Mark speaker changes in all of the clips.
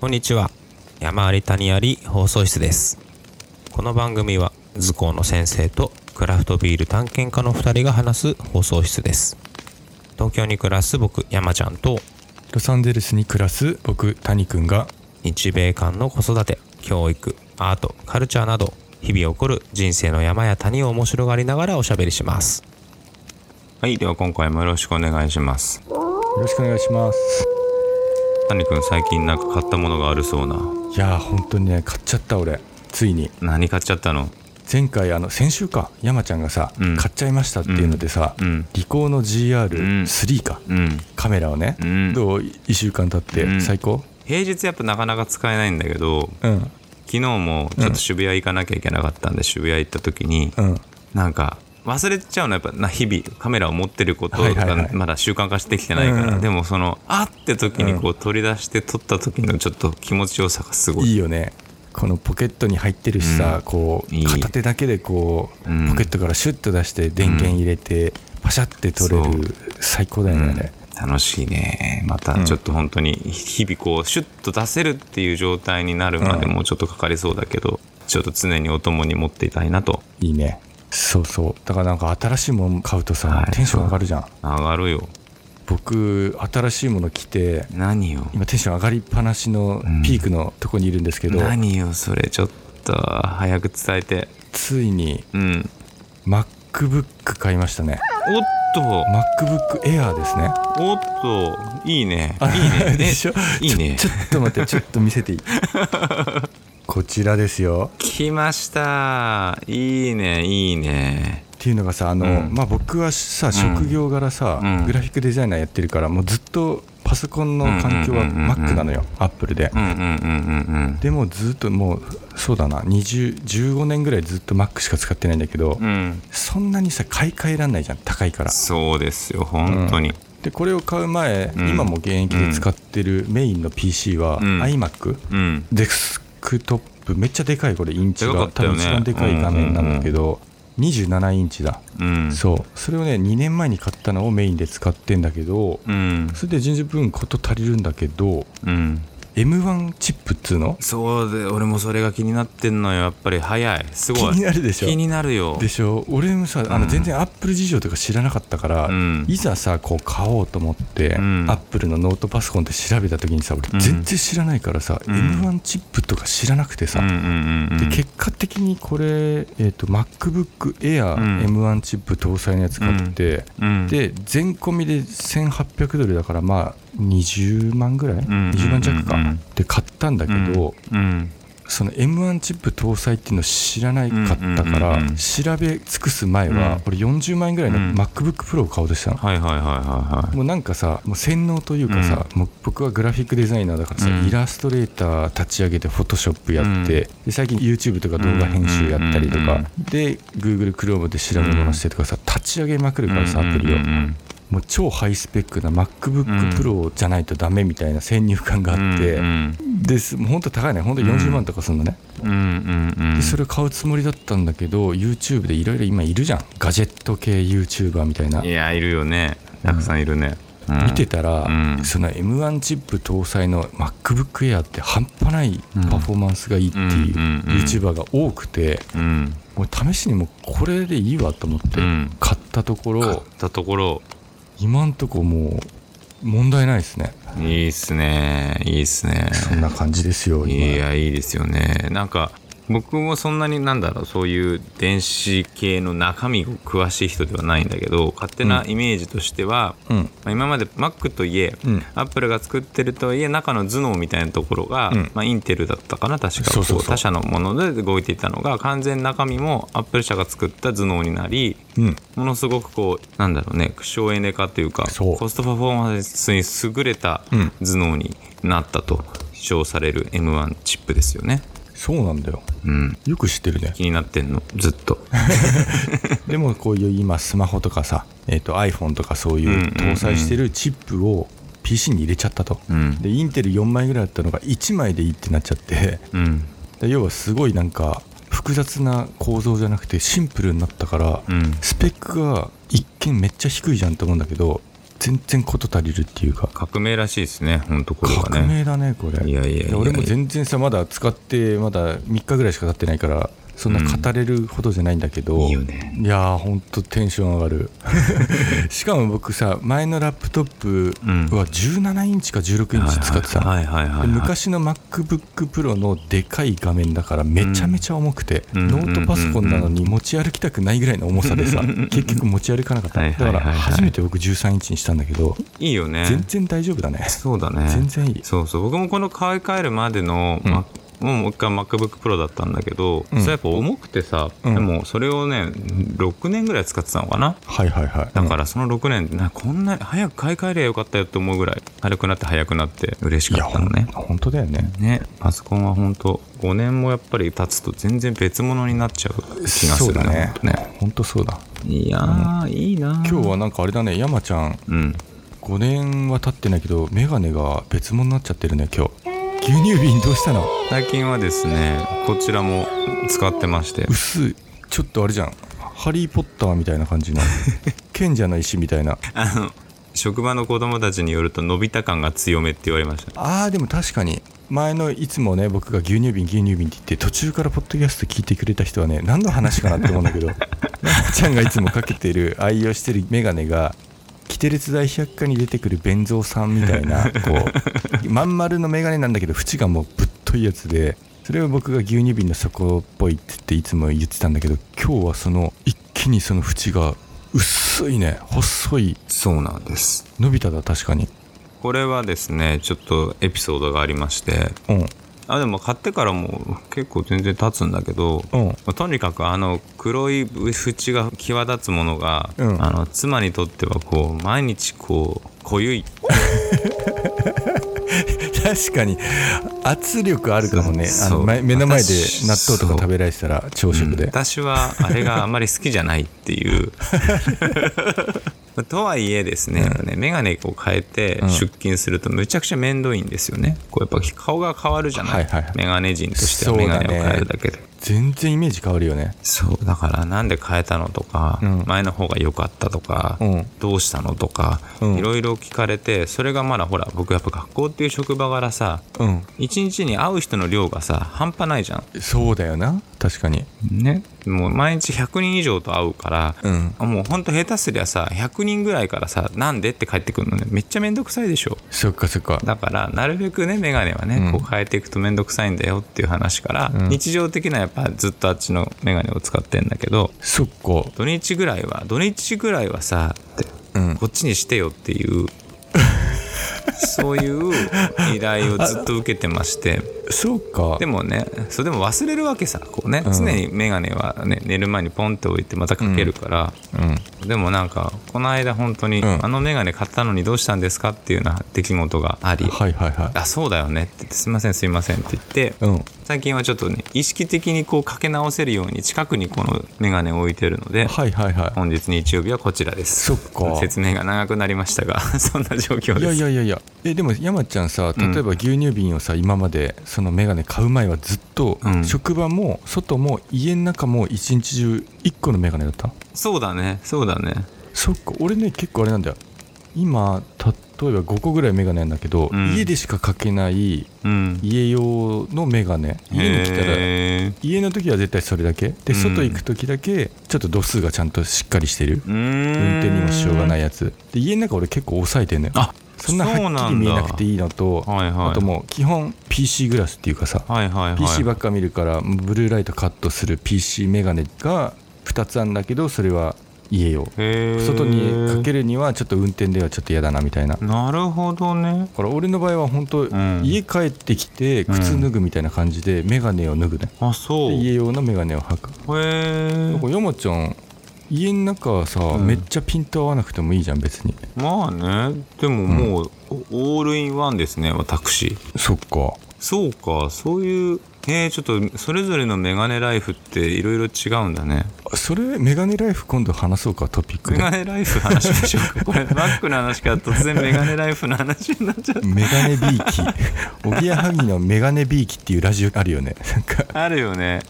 Speaker 1: こんにちは山あり谷あり放送室ですこの番組は図工の先生とクラフトビール探検家の2人が話す放送室です東京に暮らす僕山ちゃんと
Speaker 2: ロサンゼルスに暮らす僕谷くんが
Speaker 1: 日米間の子育て教育アートカルチャーなど日々起こる人生の山や谷を面白がりながらおしゃべりしますはいでは今回もよろしくお願いします
Speaker 2: よろしくお願いします
Speaker 1: 谷くん最近なんか買ったものがあるそうない
Speaker 2: やー本当にね買っちゃった俺ついに
Speaker 1: 何買っちゃったの
Speaker 2: 前回あの先週か山ちゃんがさ、
Speaker 1: うん
Speaker 2: 買っちゃいましたっていうのでさ、
Speaker 1: うん
Speaker 2: リコーの
Speaker 1: ん
Speaker 2: GR3 か、
Speaker 1: うん
Speaker 2: カメラをね、
Speaker 1: うん
Speaker 2: どう1週間経っ
Speaker 1: う
Speaker 2: て
Speaker 1: ん
Speaker 2: 最高
Speaker 1: 平日やっぱなかなか使えないんだけど
Speaker 2: うん
Speaker 1: 昨日もちょっと渋谷行かなきゃいけなかったんで、渋谷行った時に、
Speaker 2: うん、
Speaker 1: なんか忘れちゃうのやっぱな日々カメラを持ってること
Speaker 2: はいはいはい
Speaker 1: がまだ習慣化してきてないから、
Speaker 2: うんうん
Speaker 1: でもそのあって時にこう取り出して撮った時のちょっと気持ちよさがすごい
Speaker 2: いいよねこのポケットに入ってるしさ、
Speaker 1: うん
Speaker 2: こ
Speaker 1: いうい
Speaker 2: 片手だけでこう、
Speaker 1: うん
Speaker 2: ポケットからシュッと出して電源入れて、パシャって撮れる最高だよねあれ、
Speaker 1: 楽しいねまたちょっと本当に日々こうシュッと出せるっていう状態になるまで
Speaker 2: うん
Speaker 1: もうちょっとかかりそうだけど、ちょっと常にお供に持っていたいなと
Speaker 2: いいねそうそうだからなんか新しいもの買うとさ、
Speaker 1: はい
Speaker 2: テンション上がるじゃん
Speaker 1: 上がるよ
Speaker 2: 僕新しいもの着て
Speaker 1: 何よ
Speaker 2: 今テンション上がりっぱなしの
Speaker 1: うん
Speaker 2: ピークのとこにいるんですけど、
Speaker 1: 何よそれちょっと早く伝えて
Speaker 2: ついに
Speaker 1: うん
Speaker 2: MacBook 買いましたね
Speaker 1: おっと
Speaker 2: MacBook Air ですね
Speaker 1: おっといいね
Speaker 2: あ
Speaker 1: いいね
Speaker 2: でしょ
Speaker 1: いいね
Speaker 2: ちょちょっと待ってちょっと見せ ていいこちらですよ
Speaker 1: 来ましたいいねいいね
Speaker 2: っていうのがさあの、
Speaker 1: うん
Speaker 2: まあ、僕はさ職業柄さ、
Speaker 1: うん
Speaker 2: グラフィックデザイナーやってるからもうずっとパソコンの環境は
Speaker 1: うんうんうんうんうん
Speaker 2: Mac なのよ Apple で、
Speaker 1: うんうんうんうん
Speaker 2: でもずっともうそうだな20 15年ぐらいずっと Mac しか使ってないんだけど、
Speaker 1: うんうん
Speaker 2: そんなにさ買い替えらんないじゃん高いから
Speaker 1: そうですよ本当に、
Speaker 2: でこれを買う前、
Speaker 1: うん
Speaker 2: 今も現役で使ってるメインの PC は、
Speaker 1: うん
Speaker 2: iMac
Speaker 1: うん
Speaker 2: デスクトップめっちゃでかいこれインチ
Speaker 1: でか
Speaker 2: が、
Speaker 1: かった
Speaker 2: 多
Speaker 1: よ
Speaker 2: 分
Speaker 1: ね
Speaker 2: 一番でかい画面なんだけど、27インチだ、
Speaker 1: うん
Speaker 2: そうそれをね2年前に買ったのをメインで使ってんだけど、
Speaker 1: うん
Speaker 2: それで十分こと足りるんだけど
Speaker 1: うん、
Speaker 2: M1 チップっつうの
Speaker 1: そうで俺もそれが気になってんのよやっぱり早いす
Speaker 2: 気
Speaker 1: ごい
Speaker 2: になるでしょ
Speaker 1: 気になるよ
Speaker 2: でしょ俺もさあ
Speaker 1: う
Speaker 2: の
Speaker 1: ん
Speaker 2: 全然アップル事情とか知らなかったから、
Speaker 1: うん
Speaker 2: いざさこう買おうと思って、
Speaker 1: うん
Speaker 2: アップルのノートパソコンって調べた時にさ
Speaker 1: うん
Speaker 2: 俺全然知らないからさ、
Speaker 1: うん
Speaker 2: M1 チップとか知らなくてさ、
Speaker 1: うんうんうんうん
Speaker 2: で結果的にこれ、えー、と MacBook
Speaker 1: うん
Speaker 2: Air M1 チップ搭載のやつ買って、
Speaker 1: うん
Speaker 2: で全込みで1800ドルだからまあ20万ぐらい、
Speaker 1: ん
Speaker 2: 20万弱か、
Speaker 1: うん
Speaker 2: で買ったんだけど、
Speaker 1: うん
Speaker 2: その M1 チップ搭載っていうの知らないかったか
Speaker 1: うんうん
Speaker 2: ら
Speaker 1: うんうん
Speaker 2: 調べ尽くす前
Speaker 1: う
Speaker 2: は
Speaker 1: ん
Speaker 2: 俺40万円ぐらいの
Speaker 1: うん
Speaker 2: MacBookPro を買おうとしたの
Speaker 1: はいはいはいはいはい
Speaker 2: もうなんかさもう洗脳というかさもう僕はグラフィックデザイナーだからさ
Speaker 1: うん
Speaker 2: イラストレーター立ち上げて Photoshop やってで最近 YouTube とか動画編集やったりと
Speaker 1: うんうんうん
Speaker 2: かで Google Chrome で調べ物してとかさ立ち上げまくるからさアプリを
Speaker 1: うんうん
Speaker 2: もう超ハイスペックな MacBookPro じゃないとダメみたいな先入観があっ
Speaker 1: う
Speaker 2: て
Speaker 1: ん
Speaker 2: ですもうほんと高いねほんと40万とかすんのね
Speaker 1: うんうんうんうん
Speaker 2: でそれを買うつもりだったんだけど YouTube でいろいろ今いるじゃんガジェット系 YouTuber みたいない
Speaker 1: やいるよねたくさんいるね、うん
Speaker 2: 見てたら、
Speaker 1: うん
Speaker 2: その M1 チップ搭載の MacBookAir って半端ない
Speaker 1: うん
Speaker 2: パフォーマンスがいいっていう
Speaker 1: うんうんうん
Speaker 2: YouTuber が多くて
Speaker 1: うん
Speaker 2: もう試しにもうこれでいいわと思って
Speaker 1: うん
Speaker 2: 買ったところ、
Speaker 1: 買ったところ
Speaker 2: 今んとこもう問題ないですね
Speaker 1: いいっすねいいっすね
Speaker 2: そんな感じですよ今
Speaker 1: いやいいですよねなんか僕もそんなになんだろうそういう電子系の中身を詳しい人ではないんだけど勝手なイメージとしては、
Speaker 2: うん
Speaker 1: まあ今まで Mac といえ、
Speaker 2: うん
Speaker 1: アップルが作ってるとはいえ中の頭脳みたいなところが、
Speaker 2: うん
Speaker 1: まあ、インテルだったかな確か
Speaker 2: そうそうそう
Speaker 1: こ他社のもので動いていたのが完全に中身もアップル社が作った頭脳になり
Speaker 2: うん
Speaker 1: ものすごくこうなんだろうね省エネ化というか
Speaker 2: そう
Speaker 1: コストパフォーマンスに優れた
Speaker 2: うん
Speaker 1: 頭脳になったと称される M1 チップですよね。
Speaker 2: そうなんだよ
Speaker 1: うん
Speaker 2: よく知ってるね
Speaker 1: 気になってんのずっ と
Speaker 2: でもこういう今スマホとかさ、えー、と iPhone とかそうい
Speaker 1: んうんう
Speaker 2: うん搭載してるチップを PC に入れちゃったと、
Speaker 1: うん
Speaker 2: でインテル4枚ぐらいだったのが1枚でいいってなっちゃって
Speaker 1: うん
Speaker 2: で要はすごいなんか複雑な構造じゃなくてシンプルになったから、
Speaker 1: うん
Speaker 2: スペックが一見めっちゃ低いじゃんと思うんだけど全然事足りるっていうか
Speaker 1: 革命らしいですね、ほんとこれは
Speaker 2: 革
Speaker 1: ね。
Speaker 2: 命だねこれ
Speaker 1: いやいやいやいや
Speaker 2: 俺も全然さまだ使ってまだ3日ぐらいしか経ってないからそんな語れるほどじゃないんだけど、
Speaker 1: うんいいよね
Speaker 2: いやーほんとテンション上 がるしかも僕さ前のラップトップは17インチか16インチ使ってたの
Speaker 1: はいはいはいはいはい
Speaker 2: で昔の MacBookPro のでかい画面だからめちゃめちゃ重くて、
Speaker 1: うん
Speaker 2: ノートパソコンなのに持ち歩きたくないぐらいの重さでさ結局持ち歩かなかった
Speaker 1: はい
Speaker 2: だ
Speaker 1: はいは
Speaker 2: か
Speaker 1: いは
Speaker 2: ら
Speaker 1: い
Speaker 2: 初めて僕13インチにしたんだけど
Speaker 1: いいよね。
Speaker 2: 全然大丈夫だね
Speaker 1: そうだね。
Speaker 2: 全然いい
Speaker 1: そうそう。僕もこの買い替えるまでの、
Speaker 2: うん
Speaker 1: まもう一回 MacBook Pro だったんだけど、
Speaker 2: うん
Speaker 1: それやっぱ重くてさ、
Speaker 2: うん
Speaker 1: でもそれをね、6年ぐらい使ってたのかな。
Speaker 2: はいはいはい
Speaker 1: だからその6年、なこんなに早く買い替えりゃよかったよって思うぐらい、軽くなって早くなって嬉し
Speaker 2: いや
Speaker 1: かったのね。
Speaker 2: 本当だよね
Speaker 1: ね、パソコンは本当5年もやっぱり経つと全然別物になっちゃう気がす
Speaker 2: そう
Speaker 1: る
Speaker 2: だね
Speaker 1: ほんとね
Speaker 2: 本当そうだ
Speaker 1: いやー、いいなー
Speaker 2: 今日はなんかあれだね山ちゃん
Speaker 1: うん
Speaker 2: 5年は経ってないけど眼鏡が別物になっちゃってるね今日牛乳瓶どうしたの
Speaker 1: 最近はですねこちらも使ってまして
Speaker 2: 薄いちょっとあれじゃんハリー・ポッターみたいな感じの賢者の石みたいな
Speaker 1: あの職場の子供たちによると伸びた感が強めって言われました
Speaker 2: あーでも確かに前のいつもね僕が牛乳瓶牛乳瓶って言って途中からポッドキャスト聞いてくれた人はね何の話かなって思うんだけどなあちゃんがいつもかけてる愛用してる眼鏡が「キテレツ大百科」に出てくる弁蔵さんみたいなこうまん丸の眼鏡なんだけど縁がもうぶっといやつでそれを僕が牛乳瓶の底っぽいって言っていつも言ってたんだけど今日はその一気にその縁が薄いね細い
Speaker 1: そうなんです
Speaker 2: 伸びただ確かに
Speaker 1: これはですねちょっとエピソードがありまして
Speaker 2: うん
Speaker 1: あでも買ってからも結構全然経つんだけど、
Speaker 2: うん
Speaker 1: まあとにかくあの黒い縁が際立つものが、
Speaker 2: うん
Speaker 1: あの妻にとってはこう毎日こう濃ゆい
Speaker 2: 確かに圧力あるかもね
Speaker 1: そう
Speaker 2: あの
Speaker 1: そう
Speaker 2: 前目の前で
Speaker 1: 私
Speaker 2: 納豆とか食べられてたら朝食で、
Speaker 1: 私はあれがあんまり好きじゃないっていう とはいえですね、やっぱね、メガネを変えて出勤するとむちゃくちゃ面倒いんですよね。こうやっぱ顔が変わるじゃない,、
Speaker 2: はいはいはい
Speaker 1: メガネ人として
Speaker 2: そ
Speaker 1: は
Speaker 2: う
Speaker 1: メ
Speaker 2: だ
Speaker 1: ガ
Speaker 2: ね
Speaker 1: ネを変えるだけで。
Speaker 2: 全然イメージ変わるよね
Speaker 1: そう、だからなんで変えたのとか、
Speaker 2: うん
Speaker 1: 前の方が良かったとか、
Speaker 2: うん
Speaker 1: どうしたのとか、
Speaker 2: うん
Speaker 1: いろいろ聞かれて、それがまだほら、僕やっぱ学校っていう職場柄さ、
Speaker 2: うん
Speaker 1: 一日に会う人の量がさ、半端ないじゃん。
Speaker 2: そうだよな確かに
Speaker 1: ね、もう毎日100人以上と会うから、
Speaker 2: うん
Speaker 1: あもうほんと下手すりゃさ100人ぐらいからさなんでって帰ってくるのねめっちゃめんどくさいでしょ
Speaker 2: そっかそっか
Speaker 1: だからなるべくね眼鏡はね、
Speaker 2: うん
Speaker 1: こう変えていくとめんどくさいんだよっていう話から、
Speaker 2: うん
Speaker 1: 日常的なやっぱずっとあっちの眼鏡を使ってんだけど
Speaker 2: そっか
Speaker 1: 土日ぐらいは土日ぐらいはさって
Speaker 2: うん
Speaker 1: こっちにしてよって いうそういう依頼をずっと受けてまして
Speaker 2: そっか
Speaker 1: でもねそうでも忘れるわけさこうね、常に眼鏡はね寝る前にポンって置いてまたかけるから、
Speaker 2: うん
Speaker 1: でもなんかこの間本当に、
Speaker 2: うん
Speaker 1: あの眼鏡買ったのにどうしたんですかっていうような出来事があり、
Speaker 2: はいはいは
Speaker 1: あそうだよねって言ってすいませんすいませんって言って、
Speaker 2: いうん
Speaker 1: 最近はちょっとね意識的にこうかけ直せるように近くにこの眼鏡を置いてるので、
Speaker 2: はいはいは
Speaker 1: 本日日曜日はこちらです
Speaker 2: そっか
Speaker 1: 説明が長くなりましたが そんな状況
Speaker 2: いい
Speaker 1: で
Speaker 2: や
Speaker 1: す
Speaker 2: いやいやいやえでも山ちゃんさ例えば牛乳瓶をさ、今までその眼鏡買う前はずっと、
Speaker 1: うん
Speaker 2: 職場も外も家の中も一日中1個の眼鏡だった
Speaker 1: そうだねそうだね
Speaker 2: そっか俺ね結構あれなんだよ今例えば5個ぐらいメガネなんだけど、
Speaker 1: うん
Speaker 2: 家でしかかけない
Speaker 1: うん
Speaker 2: 家用のメガネ家に来たら
Speaker 1: へー
Speaker 2: 家の時は絶対それだけ
Speaker 1: う
Speaker 2: で
Speaker 1: ん
Speaker 2: 外行く時だけちょっと度数がちゃんとしっかりしてる
Speaker 1: うーん
Speaker 2: 運転にも支障がないいやつで家の中俺結構抑えてんのよ
Speaker 1: あ
Speaker 2: そんなはっきり見えなくて
Speaker 1: い
Speaker 2: いいのと
Speaker 1: はいはい
Speaker 2: あともう基本 PC グラスっていうかさ
Speaker 1: はいはいはい
Speaker 2: PC ばっか見るからブルーライトカットする PC メガネが2つあるんだけどそれは家用外
Speaker 1: 外
Speaker 2: にかけるにはちょっと運転ではちょっと嫌だなみたいなだ
Speaker 1: なるほどね
Speaker 2: から俺の場合は本当
Speaker 1: ん
Speaker 2: 家帰ってきて靴脱ぐみたいな感じで眼鏡を脱ぐね
Speaker 1: あそう
Speaker 2: で
Speaker 1: へ
Speaker 2: 家用の眼鏡を履くだ
Speaker 1: え
Speaker 2: から山ちゃん家の中はさ
Speaker 1: ん
Speaker 2: めっちゃピント合わなくてもいいじゃん別に
Speaker 1: まあねでももう、オールインワンですね私
Speaker 2: そっか
Speaker 1: そうかそういうえー、ちょっとそれぞれのメガネライフっていろいろ違うんだね
Speaker 2: それメガネライフ今度話そうかトピック
Speaker 1: メ
Speaker 2: で
Speaker 1: ガネライフ話しましょうかこれバックの話から突然メガネライフの話になっちゃう
Speaker 2: メガネビーキおぎやはぎのメガネビーキっていうラジオあるよねなんか
Speaker 1: あるよね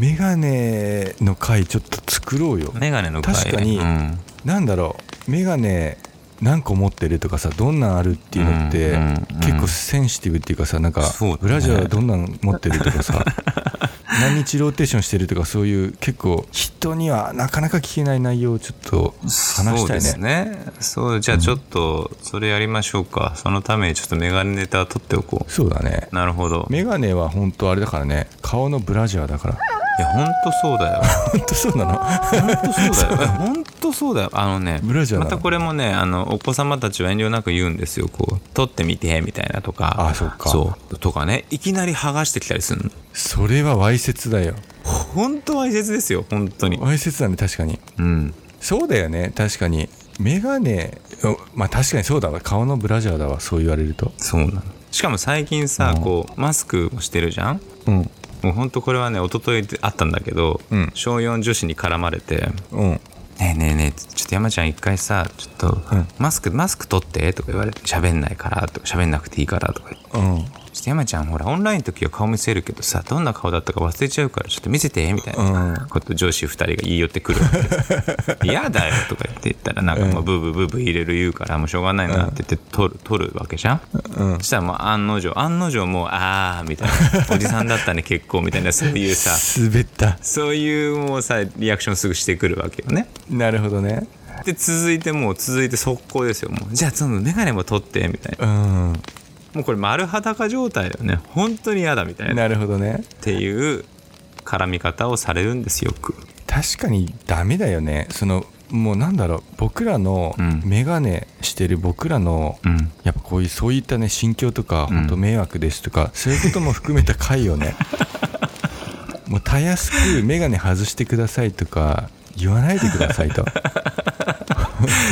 Speaker 2: メガネの回ちょっと作ろうよ
Speaker 1: メガネの回
Speaker 2: 確かに
Speaker 1: うん
Speaker 2: なんだろうメガネ何個持ってるとかさどんなんあるっていうのって
Speaker 1: うんうんうん
Speaker 2: 結構センシティブっていうかさなんか
Speaker 1: そうだね
Speaker 2: ブラジャーどんなん持ってると かさ何日ローテーションしてるとかそういう結構人にはなかなか聞けない内容をちょっと話
Speaker 1: そ
Speaker 2: し
Speaker 1: う
Speaker 2: た
Speaker 1: で
Speaker 2: いね
Speaker 1: すね。そう、じゃあちょっと、それやりましょうか。そのためにちょっとメガネネタ取っておこ
Speaker 2: そうだね
Speaker 1: う。なるほど。い
Speaker 2: メガネは本当あれだからね顔のブラジャーだから
Speaker 1: や、ほんとそうだよ。
Speaker 2: 本当そうなの
Speaker 1: 本当そう だよ。本当そうだよ。あのね、
Speaker 2: ブラジャーな
Speaker 1: ま
Speaker 2: の
Speaker 1: たこれもね、あの、お子様たちは遠慮なく言うんですよ。こう、取ってみて、みたいなとか。
Speaker 2: あそっか
Speaker 1: そう。とかね、いきなり剥がしてきたりするの。
Speaker 2: それはわいせつだよ
Speaker 1: 本当大切ですよ、本当に。
Speaker 2: わいせつだね確かに
Speaker 1: うん。
Speaker 2: そうだよね確かにメガネおまあ確かにそうだわ顔のブラジャーだわそう言われると
Speaker 1: そうなの。しかも最近さ、
Speaker 2: うん
Speaker 1: こう、マスクをしてるじゃん
Speaker 2: うん
Speaker 1: もう本当これはね、一昨日あったんだけど、
Speaker 2: うん
Speaker 1: 小4女子に絡まれて、
Speaker 2: うん
Speaker 1: ねえねえねえちょっと山ちゃん一回さちょっと、
Speaker 2: うん
Speaker 1: マスクマスク取ってとか言われて喋んないからとか喋んなくていいからとか言って
Speaker 2: うん
Speaker 1: ちょっと山ちゃんほらオンラインの時は顔見せるけどさどんな顔だったか忘れちゃうからちょっと見せてみたいな、
Speaker 2: うん
Speaker 1: こと上司二人が言い寄ってく るわけ嫌だよとか言って言ったらなんかもうブーブーブーブー入れる言うからもうしょうがないなって言って取る取るわけじゃん、
Speaker 2: うん
Speaker 1: そしたらもう案の定案の定もうああみたい なおじさんだったね結構みたいなそういうさ
Speaker 2: 滑った
Speaker 1: そういうもうさリアクションすぐしてくるわけよね
Speaker 2: なるほどね
Speaker 1: で続いてもう続いて速攻ですよもうじゃあそのメガネも取ってみたいな
Speaker 2: うん
Speaker 1: もうこれ丸裸状態だよね本当に嫌だみたいなっ
Speaker 2: なるほどね
Speaker 1: ていう絡み方をされるんですよく
Speaker 2: 確かにダメだよねそのもうなんだろう僕らの
Speaker 1: うん
Speaker 2: メガネしてる僕らの、
Speaker 1: うん
Speaker 2: やっぱこういうそういったね心境とか
Speaker 1: うん
Speaker 2: 本当迷惑ですとか、そういうことも含めた回を ねもうたやすく眼鏡外してくださいとか言わないでくださいと本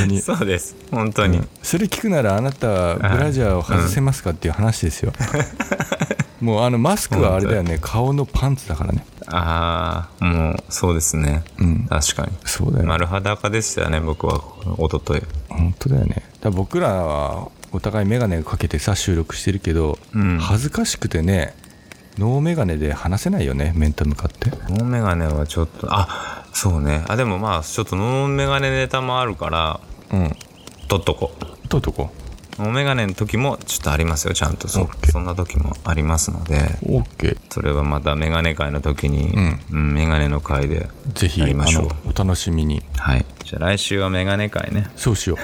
Speaker 2: 当 に
Speaker 1: そうです本当に、
Speaker 2: うんそれ聞くならあなたはブラジャーを外せますかっていう話です よ、もうあのマスクはあれだよね顔のパンツだからね
Speaker 1: ああもうそうですね、
Speaker 2: うん
Speaker 1: 確かに
Speaker 2: そうだよね
Speaker 1: 丸裸でしたね僕は一昨日
Speaker 2: 本当だよねだから僕らはお互い眼鏡をかけてさ収録してるけど、
Speaker 1: うん
Speaker 2: 恥ずかしくてねノーメガネで話せないよね面と向かって
Speaker 1: ノーメガネはちょっとあそうねあでもまあちょっとノーメガネネタもあるから
Speaker 2: うん
Speaker 1: 取っとこう
Speaker 2: ととこ
Speaker 1: お眼鏡の時もちょっとありますよちゃんとそ
Speaker 2: OK
Speaker 1: そんな時もありますので
Speaker 2: OK
Speaker 1: それはまた眼鏡会の時に、
Speaker 2: うん
Speaker 1: うん、眼鏡の会で
Speaker 2: ぜひ
Speaker 1: や
Speaker 2: あ
Speaker 1: りましょう
Speaker 2: のお楽しみに
Speaker 1: はいじゃあ来週は眼鏡会ね
Speaker 2: そうしよ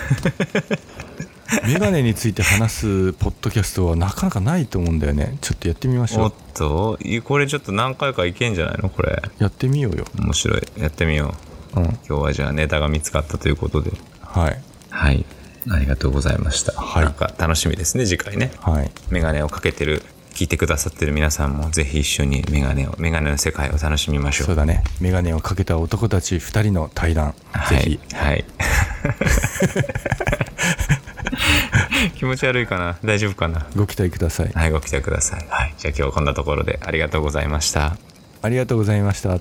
Speaker 2: うメガネについて話すポッドキャストはなかなかないと思うんだよねちょっとやってみましょ
Speaker 1: お
Speaker 2: う
Speaker 1: っといこれちょっと何回かいけんじゃないのこれ
Speaker 2: やってみようよ
Speaker 1: 面白いやってみよう
Speaker 2: うん
Speaker 1: 今日はじゃあネタが見つかったということで
Speaker 2: はい
Speaker 1: はいありがとうございました、
Speaker 2: はい
Speaker 1: なんか楽しみですね次回ね
Speaker 2: はい
Speaker 1: 眼鏡をかけてる聞いてくださってる皆さんもぜひ一緒に眼鏡を眼鏡の世界を楽しみましょう
Speaker 2: そうだねメガネをかけた男たち2人の対談、
Speaker 1: はい、
Speaker 2: ぜひ
Speaker 1: はい。 気持ち悪いかな大丈夫かな
Speaker 2: ご期待ください
Speaker 1: はい、ご期待ください。はい。じゃあ今日はこんなところでありがとうございました。
Speaker 2: ありがとうございました